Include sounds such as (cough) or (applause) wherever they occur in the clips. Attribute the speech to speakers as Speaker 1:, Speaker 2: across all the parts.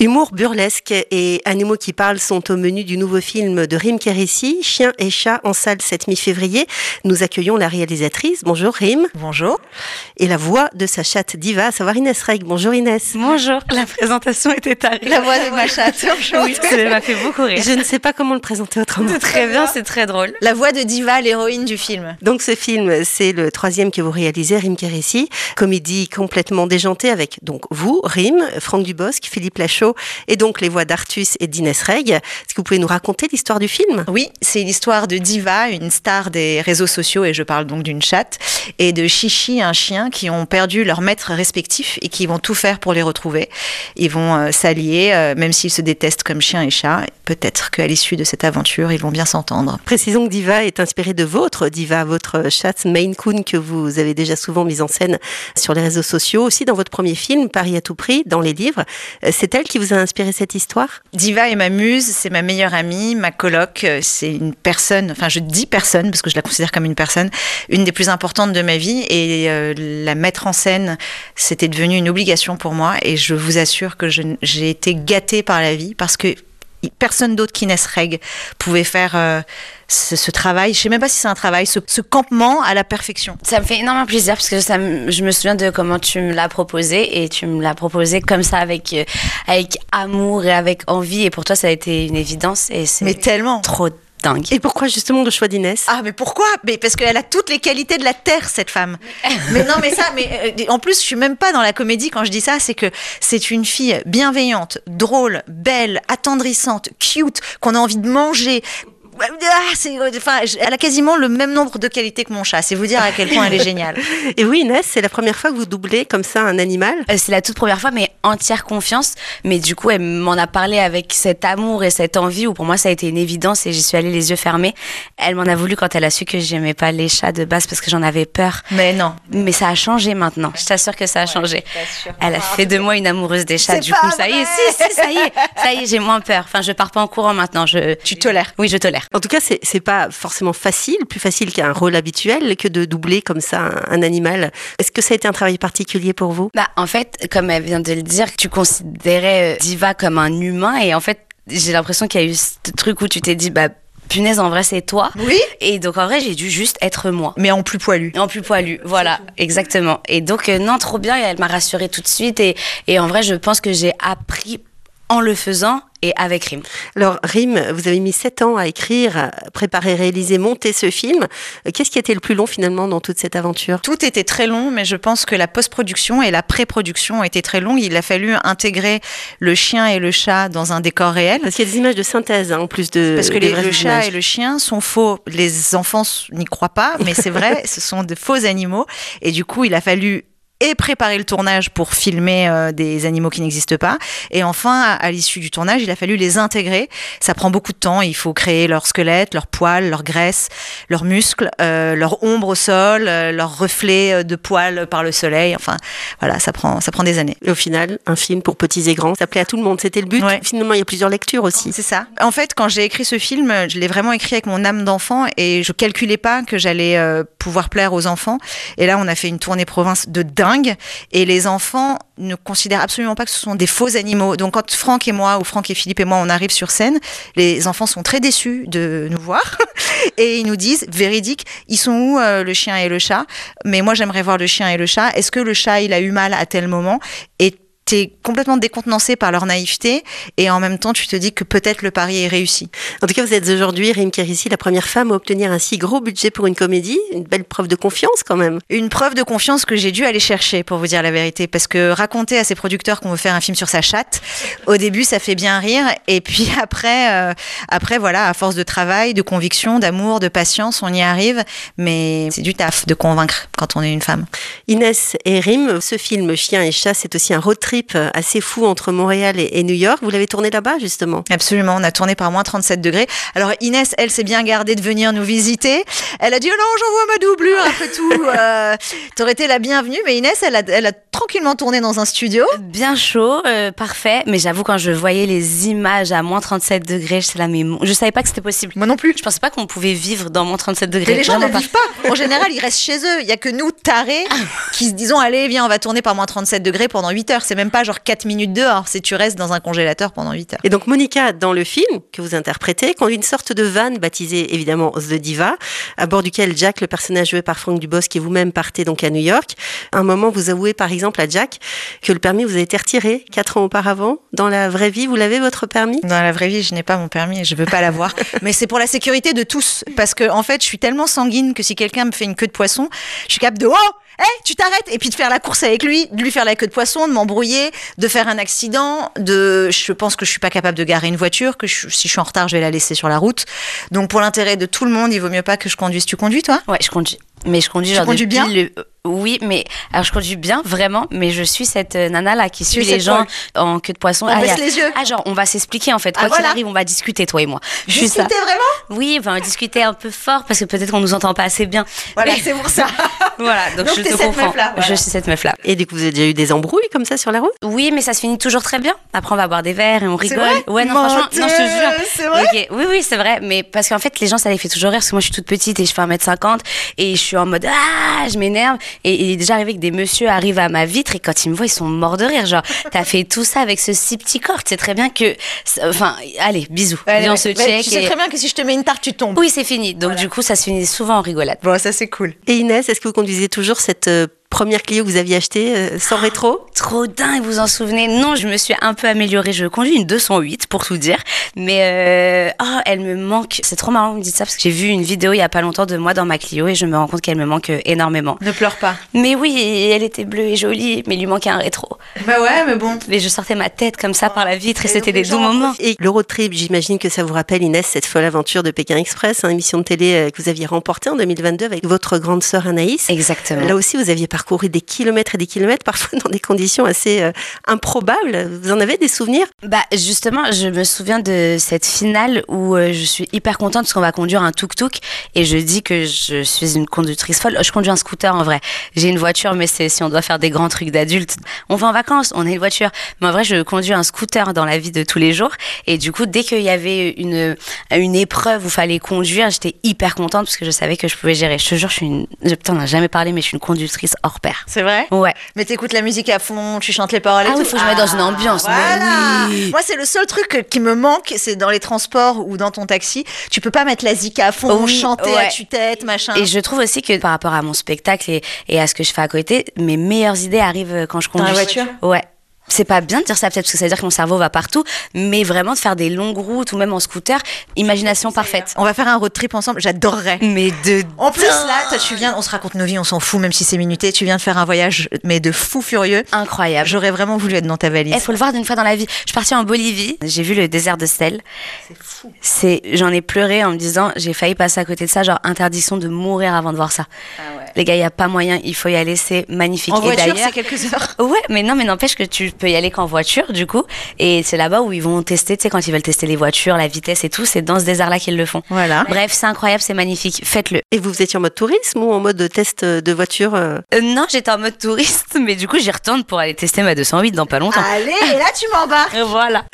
Speaker 1: Humour burlesque et animaux qui parlent sont au menu du nouveau film de Rim Kérissi, Chien et chat en salle cette mi-février. Nous accueillons la réalisatrice. Bonjour Rim.
Speaker 2: Bonjour.
Speaker 1: Et la voix de sa chatte diva, à savoir Inès Reg. Bonjour Inès.
Speaker 3: Bonjour. La présentation était tarée.
Speaker 2: La voix de ma (laughs) chatte.
Speaker 3: oui, ça m'a fait beaucoup rire.
Speaker 1: Je ne sais pas comment le présenter autrement.
Speaker 3: C'est très (laughs) bien, c'est très drôle.
Speaker 2: La voix de diva, l'héroïne du film.
Speaker 1: Donc ce film, c'est le troisième que vous réalisez, Rim Kérissi. Comédie complètement déjantée avec donc vous, Rim, Franck Dubosc, Philippe Lachaud et donc les voix d'Artus et d'Inès Reg. Est-ce que vous pouvez nous raconter l'histoire du film
Speaker 2: Oui, c'est l'histoire de Diva, une star des réseaux sociaux, et je parle donc d'une chatte, et de Chichi, un chien, qui ont perdu leurs maîtres respectifs et qui vont tout faire pour les retrouver. Ils vont euh, s'allier, euh, même s'ils se détestent comme chien et chat. Peut-être qu'à l'issue de cette aventure, ils vont bien s'entendre.
Speaker 1: Précisons que Diva est inspirée de votre Diva, votre chatte Maine Coon que vous avez déjà souvent mise en scène sur les réseaux sociaux, aussi dans votre premier film, Paris à tout prix, dans les livres. Euh, C'est elle qui vous a inspiré cette histoire
Speaker 2: Diva est ma muse, c'est ma meilleure amie, ma coloc, euh, c'est une personne, enfin je dis personne parce que je la considère comme une personne, une des plus importantes de ma vie et euh, la mettre en scène, c'était devenu une obligation pour moi et je vous assure que j'ai été gâtée par la vie parce que personne d'autre qu'Inès Reg pouvait faire euh, ce, ce, travail. Je sais même pas si c'est un travail, ce, ce, campement à la perfection.
Speaker 4: Ça me fait énormément plaisir parce que ça me, je me souviens de comment tu me l'as proposé et tu me l'as proposé comme ça avec, euh, avec amour et avec envie. Et pour toi, ça a été une évidence. Et
Speaker 2: Mais tellement.
Speaker 4: Trop Dingue.
Speaker 1: Et pourquoi justement le choix d'Inès
Speaker 2: Ah mais pourquoi Mais parce qu'elle a toutes les qualités de la terre cette femme. mais non mais ça mais euh, en plus je suis même pas dans la comédie quand je dis ça, c'est que c'est une fille bienveillante, drôle, belle, attendrissante, cute qu'on a envie de manger, ah, enfin, elle a quasiment le même nombre de qualités que mon chat. C'est vous dire à quel point elle est géniale.
Speaker 1: Et oui, Inès, c'est la première fois que vous doublez comme ça un animal.
Speaker 4: Euh, c'est la toute première fois, mais entière confiance. Mais du coup, elle m'en a parlé avec cet amour et cette envie où pour moi ça a été une évidence et j'y suis allée les yeux fermés. Elle m'en a voulu quand elle a su que j'aimais pas les chats de base parce que j'en avais peur.
Speaker 2: Mais non.
Speaker 4: Mais ça a changé maintenant. Je t'assure que ça a changé. Ouais, elle a fait de moi une amoureuse des chats. Du coup, vrai. ça y est, si, si, ça y est, ça y est, j'ai moins peur. Enfin, je pars pas en courant maintenant. Je...
Speaker 2: Tu tolères.
Speaker 4: Oui, je tolère.
Speaker 1: En tout cas, c'est pas forcément facile, plus facile qu'un rôle habituel que de doubler comme ça un, un animal. Est-ce que ça a été un travail particulier pour vous
Speaker 4: Bah, en fait, comme elle vient de le dire, tu considérais euh, Diva comme un humain et en fait, j'ai l'impression qu'il y a eu ce truc où tu t'es dit, bah, punaise, en vrai, c'est toi.
Speaker 2: Oui.
Speaker 4: Et donc, en vrai, j'ai dû juste être moi.
Speaker 2: Mais en plus poilu.
Speaker 4: En plus poilu, voilà, exactement. Et donc, euh, non, trop bien, et elle m'a rassurée tout de suite. Et, et en vrai, je pense que j'ai appris en le faisant et avec Rim.
Speaker 1: Alors Rim, vous avez mis 7 ans à écrire, préparer, réaliser, monter ce film. Qu'est-ce qui a été le plus long finalement dans toute cette aventure
Speaker 2: Tout était très long, mais je pense que la post-production et la pré-production ont été très longues. Il a fallu intégrer le chien et le chat dans un décor réel.
Speaker 1: Parce qu'il y a des images de synthèse hein, en plus de...
Speaker 2: Parce que les, le chat images. et le chien sont faux. Les enfants n'y croient pas, mais c'est vrai, ce sont de faux animaux. Et du coup, il a fallu et préparer le tournage pour filmer euh, des animaux qui n'existent pas. Et enfin, à, à l'issue du tournage, il a fallu les intégrer. Ça prend beaucoup de temps. Il faut créer leur squelette, leur poils, leur graisse, leurs muscles, euh, leur ombre au sol, euh, leur reflet de poils par le soleil. Enfin, voilà, ça prend, ça prend des années.
Speaker 1: Et au final, un film pour petits et grands. Ça plaît à tout le monde. C'était le but. Ouais. Finalement, il y a plusieurs lectures aussi.
Speaker 2: C'est ça. En fait, quand j'ai écrit ce film, je l'ai vraiment écrit avec mon âme d'enfant et je calculais pas que j'allais euh, pouvoir plaire aux enfants. Et là, on a fait une tournée province de dingue. Et les enfants ne considèrent absolument pas que ce sont des faux animaux. Donc quand Franck et moi, ou Franck et Philippe et moi, on arrive sur scène, les enfants sont très déçus de nous voir. (laughs) et ils nous disent, véridique, ils sont où euh, le chien et le chat Mais moi j'aimerais voir le chien et le chat. Est-ce que le chat, il a eu mal à tel moment et t'es complètement décontenancé par leur naïveté et en même temps tu te dis que peut-être le pari est réussi.
Speaker 1: En tout cas, vous êtes aujourd'hui, Rim Kérissi, la première femme à obtenir un si gros budget pour une comédie, une belle preuve de confiance quand même.
Speaker 2: Une preuve de confiance que j'ai dû aller chercher pour vous dire la vérité parce que raconter à ses producteurs qu'on veut faire un film sur sa chatte, au début ça fait bien rire et puis (laughs) après euh, après voilà, à force de travail, de conviction, d'amour, de patience, on y arrive mais c'est du taf de convaincre quand on est une femme.
Speaker 1: Inès et Rim, ce film Chien et chat, c'est aussi un road trip assez fou entre Montréal et, New York. Vous l'avez tourné là-bas, justement
Speaker 2: Absolument, on a tourné par moins 37 degrés. Alors Inès, elle s'est bien gardée de venir nous visiter. Elle a dit, oh non, j'envoie ma doublure, après tout. Euh, T'aurais été la bienvenue, mais Inès, elle a, elle a, tranquillement tourné dans un studio.
Speaker 4: Bien chaud, euh, parfait. Mais j'avoue, quand je voyais les images à moins 37 degrés, je, là, mais je savais pas que c'était possible.
Speaker 2: Moi non plus.
Speaker 4: Je pensais pas qu'on pouvait vivre dans moins 37 degrés.
Speaker 2: Mais les gens ne le vivent pas. En général, ils restent chez eux. Il y a que nous, tarés, qui se disons, allez, viens, on va tourner par moins 37 degrés pendant 8 heures. C'est même pas genre 4 minutes dehors, c'est tu restes dans un congélateur pendant 8 heures.
Speaker 1: Et donc Monica, dans le film que vous interprétez, conduit une sorte de van baptisée évidemment The Diva, à bord duquel Jack, le personnage joué par Franck Dubosc, et vous-même partez donc à New York. À un moment, vous avouez par exemple à Jack que le permis vous a été retiré 4 ans auparavant. Dans la vraie vie, vous l'avez votre permis
Speaker 2: Dans la vraie vie, je n'ai pas mon permis et je veux pas
Speaker 4: (laughs)
Speaker 2: l'avoir. Mais c'est pour la sécurité de tous. Parce que, en fait, je suis tellement sanguine que si quelqu'un me fait une queue de poisson, je suis capable de, oh! Hé, tu t'arrêtes! Et puis de faire la course avec lui, de lui faire la queue de poisson, de m'embrouiller, de faire un accident, de, je pense que je suis pas capable de garer une voiture, que je- si je suis en retard, je vais la laisser sur la route. Donc, pour l'intérêt de tout le monde, il vaut mieux pas que je conduise. Tu conduis, toi?
Speaker 4: Ouais, je conduis. Mais je conduis
Speaker 2: Tu
Speaker 4: genre
Speaker 2: conduis
Speaker 4: depuis
Speaker 2: bien
Speaker 4: le- Oui, mais alors je conduis bien, vraiment, mais je suis cette euh, nana là qui suit
Speaker 2: es cette
Speaker 4: les gens en queue de poisson.
Speaker 2: On
Speaker 4: ah,
Speaker 2: baisse
Speaker 4: y a-
Speaker 2: les yeux.
Speaker 4: ah, genre on va s'expliquer en fait. Quoi
Speaker 2: Ah,
Speaker 4: qu'il
Speaker 2: voilà.
Speaker 4: arrive, on va discuter toi et moi. Je suis ça.
Speaker 2: Discuter vraiment?
Speaker 4: Oui, enfin discuter un peu fort parce que peut-être qu'on nous entend pas assez bien.
Speaker 2: Voilà,
Speaker 4: Mais-
Speaker 2: c'est pour ça.
Speaker 4: voilà, donc,
Speaker 2: Donc,
Speaker 4: je
Speaker 2: t'es
Speaker 4: te
Speaker 2: cette
Speaker 4: comprends.
Speaker 2: meuf-là, voilà.
Speaker 4: Je suis cette meuf là.
Speaker 1: Et du coup, vous avez déjà eu des embrouilles comme ça sur la route
Speaker 4: Oui, mais ça se finit toujours très bien. Après, on va boire des verres et
Speaker 2: (laughs)
Speaker 4: on
Speaker 2: C'est
Speaker 4: rigole.
Speaker 2: vrai
Speaker 4: ouais, non, franchement, non, je te jure.
Speaker 2: Menteuse, c'est vrai
Speaker 4: Ok, Oui, oui, c'est vrai. Mais parce qu'en fait, les gens, ça les fait toujours rire. Parce que moi, je suis toute petite et je fais 1m50 et je suis en mode Ah, je m'énerve. Et il est déjà arrivé que des messieurs arrivent à ma vitre et quand ils me voient, ils sont morts de rire.
Speaker 2: (laughs)
Speaker 4: Genre, t'as fait tout ça avec ce si petit corps. Tu sais très bien que. c'est- Enfin, allez, bisous.
Speaker 2: Ouais,
Speaker 4: Viens, on
Speaker 2: ouais.
Speaker 4: se
Speaker 2: Mais
Speaker 4: check.
Speaker 2: Tu sais
Speaker 4: et-
Speaker 2: très bien que si je te mets une tarte, tu tombes.
Speaker 4: Oui, c'est fini. Donc, du coup, ça se finit souvent en rigolade.
Speaker 2: Bon, ça c'est cool.
Speaker 1: Et Inès, est-ce que vous conduisez toujours cette euh, première Clio que vous aviez achetée euh, sans rétro
Speaker 4: Trop dingue, vous en souvenez Non, je me suis un peu améliorée. Je conduis une 208 pour tout dire, mais euh, oh, elle me manque. C'est trop marrant que vous me dites ça parce que j'ai vu une vidéo il y a pas longtemps de moi dans ma Clio et je me rends compte qu'elle me manque euh, énormément.
Speaker 2: Ne pleure pas.
Speaker 4: Mais oui, elle était bleue et jolie, mais il lui manquait un rétro.
Speaker 2: Bah ouais, mais bon.
Speaker 4: Mais je sortais ma tête comme ça par la vitre et,
Speaker 2: Et
Speaker 4: c'était
Speaker 2: donc les
Speaker 4: des doux
Speaker 2: gens en
Speaker 4: moments.
Speaker 1: Et le road trip, j'imagine que ça vous rappelle, Inès, cette folle aventure de Pékin Express, hein, émission de télé euh, que vous aviez remportée en 2022 avec votre grande sœur Anaïs.
Speaker 4: Exactement.
Speaker 1: Là aussi, vous aviez parcouru des kilomètres et des kilomètres, (laughs) parfois dans des conditions assez euh, improbables. Vous en avez des souvenirs
Speaker 4: Bah justement, je me souviens de cette finale où euh, je suis hyper contente parce qu'on va conduire un tuk-tuk et je dis que je suis une conductrice folle. Oh, Je conduis un scooter en vrai. J'ai une voiture, mais c'est si on doit faire des grands trucs d'adultes. On va en vacances, on a une voiture. Mais en vrai, je conduis un scooter dans la vie de tous les jours. Et du coup, dès qu'il y avait une, une épreuve où fallait conduire, j'étais hyper contente parce que je savais que je pouvais gérer. Je te jure, je suis une... je- Putain, on n'a jamais parlé, mais je suis une conductrice hors pair.
Speaker 2: C'est vrai
Speaker 4: Ouais.
Speaker 2: Mais t'écoutes la musique à fond, tu chantes les paroles et
Speaker 4: Ah
Speaker 2: tout.
Speaker 4: oui, faut que je mette dans une ambiance, mais
Speaker 2: Voilà.
Speaker 4: oui.
Speaker 2: Moi, c'est le seul truc que- qui me manque, c'est dans les transports ou dans ton taxi. Tu peux pas mettre la zika à fond,
Speaker 4: Oui,
Speaker 2: chanter à
Speaker 4: ouais.
Speaker 2: tue-tête, machin.
Speaker 4: Et je trouve aussi que par rapport à mon spectacle et, et à ce que je fais à côté, mes meilleures idées arrivent euh, quand je conduis.
Speaker 2: la voiture
Speaker 4: Ouais. C'est pas bien de dire ça peut-être parce que ça veut dire que mon cerveau va partout, mais vraiment de faire des longues routes ou même en scooter, imagination parfaite.
Speaker 2: On va faire un road trip ensemble, j'adorerais.
Speaker 4: Mais de
Speaker 2: En plus, là, toi, tu viens, on se raconte nos vies, on s'en fout, même si c'est minuté. Tu viens de faire un voyage, mais de fou furieux.
Speaker 4: incroyable.
Speaker 2: J'aurais vraiment voulu être dans ta valise.
Speaker 4: Il faut le voir d'une fois dans la vie. Je suis partie en Bolivie, j'ai vu le désert de sel. C'est fou. J'en ai pleuré en me disant, j'ai failli passer à côté de ça, genre interdiction de mourir avant de voir ça. Les gars, il n'y a pas moyen, il faut y aller, c'est magnifique.
Speaker 2: Ah En
Speaker 4: Et
Speaker 2: voiture,
Speaker 4: d'ailleurs-
Speaker 2: c'est quelques heures.
Speaker 4: Ouais, mais non, mais n'empêche que tu peux y aller qu'en voiture, du coup. Et c'est là-bas où ils vont tester, tu sais, quand ils veulent tester les voitures, la vitesse et tout, c'est dans ce désert-là qu'ils le font.
Speaker 2: Voilà.
Speaker 4: Bref, c'est incroyable, c'est magnifique, faites-le.
Speaker 1: Et vous, vous étiez en mode tourisme ou en mode test euh, de voiture euh
Speaker 4: Euh, non, j'étais en mode touriste, (laughs) mais du coup, j'y retourne pour aller tester ma 208 dans pas longtemps.
Speaker 2: Allez, et là, tu m'embarques.
Speaker 4: Voilà.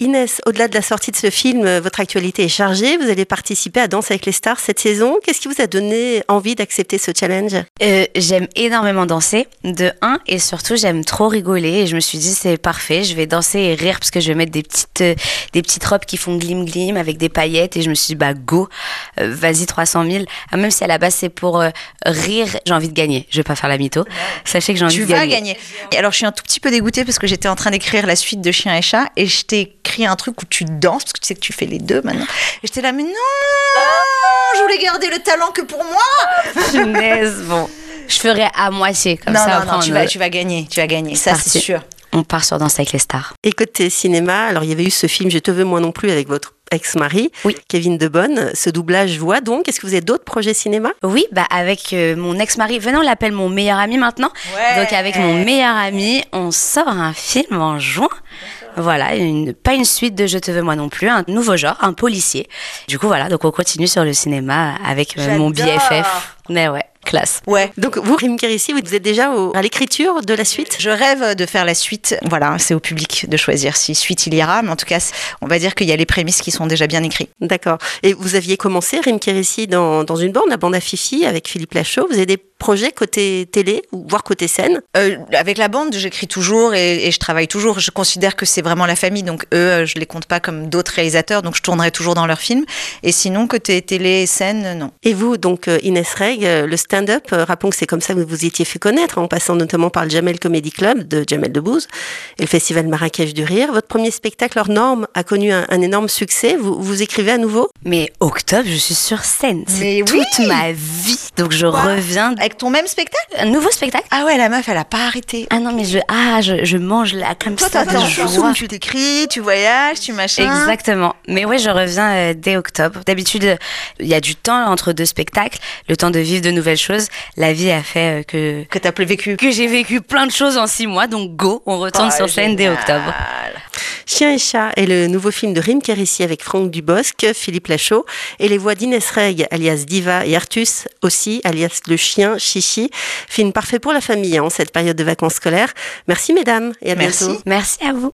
Speaker 1: Inès, au-delà de la sortie de ce film, euh, votre actualité est chargée. Vous allez participer à Danse avec les stars cette saison. Qu'est-ce qui vous a donné envie d'accepter ce challenge
Speaker 4: Euh, j'aime énormément danser, de un, et surtout, j'aime trop rigoler. Et je me suis dit, c'est parfait, je vais danser et rire parce que je vais mettre des petites, euh, des petites robes qui font glim glim avec des paillettes. Et je me suis dit, bah go, euh, vas-y 300 000. Ah, Même si à la base, c'est pour euh, rire, j'ai envie de gagner. Je vais pas faire la mytho. Sachez que j'ai envie
Speaker 2: Tu
Speaker 4: de
Speaker 2: vas
Speaker 4: gagner.
Speaker 2: gagner. Et alors, je suis un tout petit peu dégoûtée parce que j'étais en train d'écrire la suite de Chien et Chat et je t'ai écrit un truc où tu danses parce que tu sais que tu fais les deux maintenant. Et j'étais là, mais non, je voulais garder le talent que pour moi.
Speaker 4: (laughs) Punaise, bon. Je ferai à moitié, comme
Speaker 2: non,
Speaker 4: Ah, ça,
Speaker 2: non,
Speaker 4: après,
Speaker 2: non,
Speaker 4: on,
Speaker 2: tu vas, tu vas gagner, tu vas gagner, ça c'est
Speaker 4: Parti.
Speaker 2: sûr.
Speaker 4: on part sur Danse avec les stars.
Speaker 1: Et côté cinéma, alors il y avait eu ce film Je te veux moi non plus avec votre ex-mari,
Speaker 4: Oui.
Speaker 1: Kevin Debonne. Ce doublage voit donc. Est-ce que vous avez d'autres projets cinéma
Speaker 4: Oui, bah avec euh, mon ex-mari, venant on l'appelle mon meilleur ami maintenant.
Speaker 2: Ouais.
Speaker 4: Donc avec mon meilleur ami, on sort un film en juin. Voilà, une, pas une suite de Je te veux moi non plus, un nouveau genre, un policier. Du coup voilà, donc on continue sur le cinéma avec euh, mon
Speaker 2: J'adore.
Speaker 4: BFF. Mais ouais, classe.
Speaker 2: Ouais.
Speaker 1: Donc vous, Rim Kérissi, vous êtes déjà au- à l'écriture de la suite
Speaker 2: Je rêve de faire la suite. Voilà, c'est au public de choisir si suite il ira, mais en tout cas, c'est- on va dire qu'il y a les prémices qui sont déjà bien écrites.
Speaker 1: D'accord. Et vous aviez commencé Rim Kérissi dans, dans une bande, la bande à Fifi avec Philippe Lachaud. Vous avez des projets côté télé, ou voire côté scène
Speaker 2: Euh, avec la bande, j'écris toujours et, et je travaille toujours. Je considère que c'est vraiment la famille, donc eux, euh, je les compte pas comme d'autres réalisateurs, donc je tournerai toujours dans leurs films. Et sinon, côté télé et scène, euh, non.
Speaker 1: Et vous, donc euh, Inès Reg, euh, le stand-up, euh, rappelons que c'est comme ça que vous vous y étiez fait connaître, hein, en passant notamment par le Jamel Comedy Club de Jamel Debbouze et le Festival Marrakech du Rire. Votre premier spectacle hors norme a connu un, un énorme succès. Vous, vous écrivez à nouveau
Speaker 4: Mais octobre, je suis sur scène.
Speaker 2: Mais
Speaker 4: C'est
Speaker 2: oui.
Speaker 4: toute ma vie. Donc je
Speaker 2: Quoi
Speaker 4: reviens.
Speaker 2: Avec ton même spectacle
Speaker 4: Un nouveau spectacle
Speaker 2: Ah ouais, la meuf, elle a pas arrêté.
Speaker 4: Ah non, mais je, ah, je, je mange là comme
Speaker 2: Toi,
Speaker 4: ça.
Speaker 2: t'attends,
Speaker 4: de
Speaker 2: tu
Speaker 4: joie.
Speaker 2: zoomes, tu t'écris, tu voyages, tu machins.
Speaker 4: Exactement. Mais ouais, je reviens euh, dès octobre. D'habitude, euh, il y a du temps entre deux spectacles, le temps de vivre de nouvelles choses. La vie a fait euh, que
Speaker 2: Que t'as plus vécu.
Speaker 4: que j'ai vécu plein de choses en six mois, donc go, on retourne
Speaker 2: Ah,
Speaker 4: sur scène dès
Speaker 2: génial.
Speaker 4: octobre.
Speaker 1: Chien et chat est le nouveau film de Rim Kérissi avec Franck Dubosc, Philippe Lachaud et les voix d'Inès Reg, alias Diva et Artus, aussi alias le chien Chichi. Film parfait pour la famille hein, en cette période de vacances scolaires. Merci mesdames et à
Speaker 2: Merci.
Speaker 1: bientôt.
Speaker 4: Merci à vous.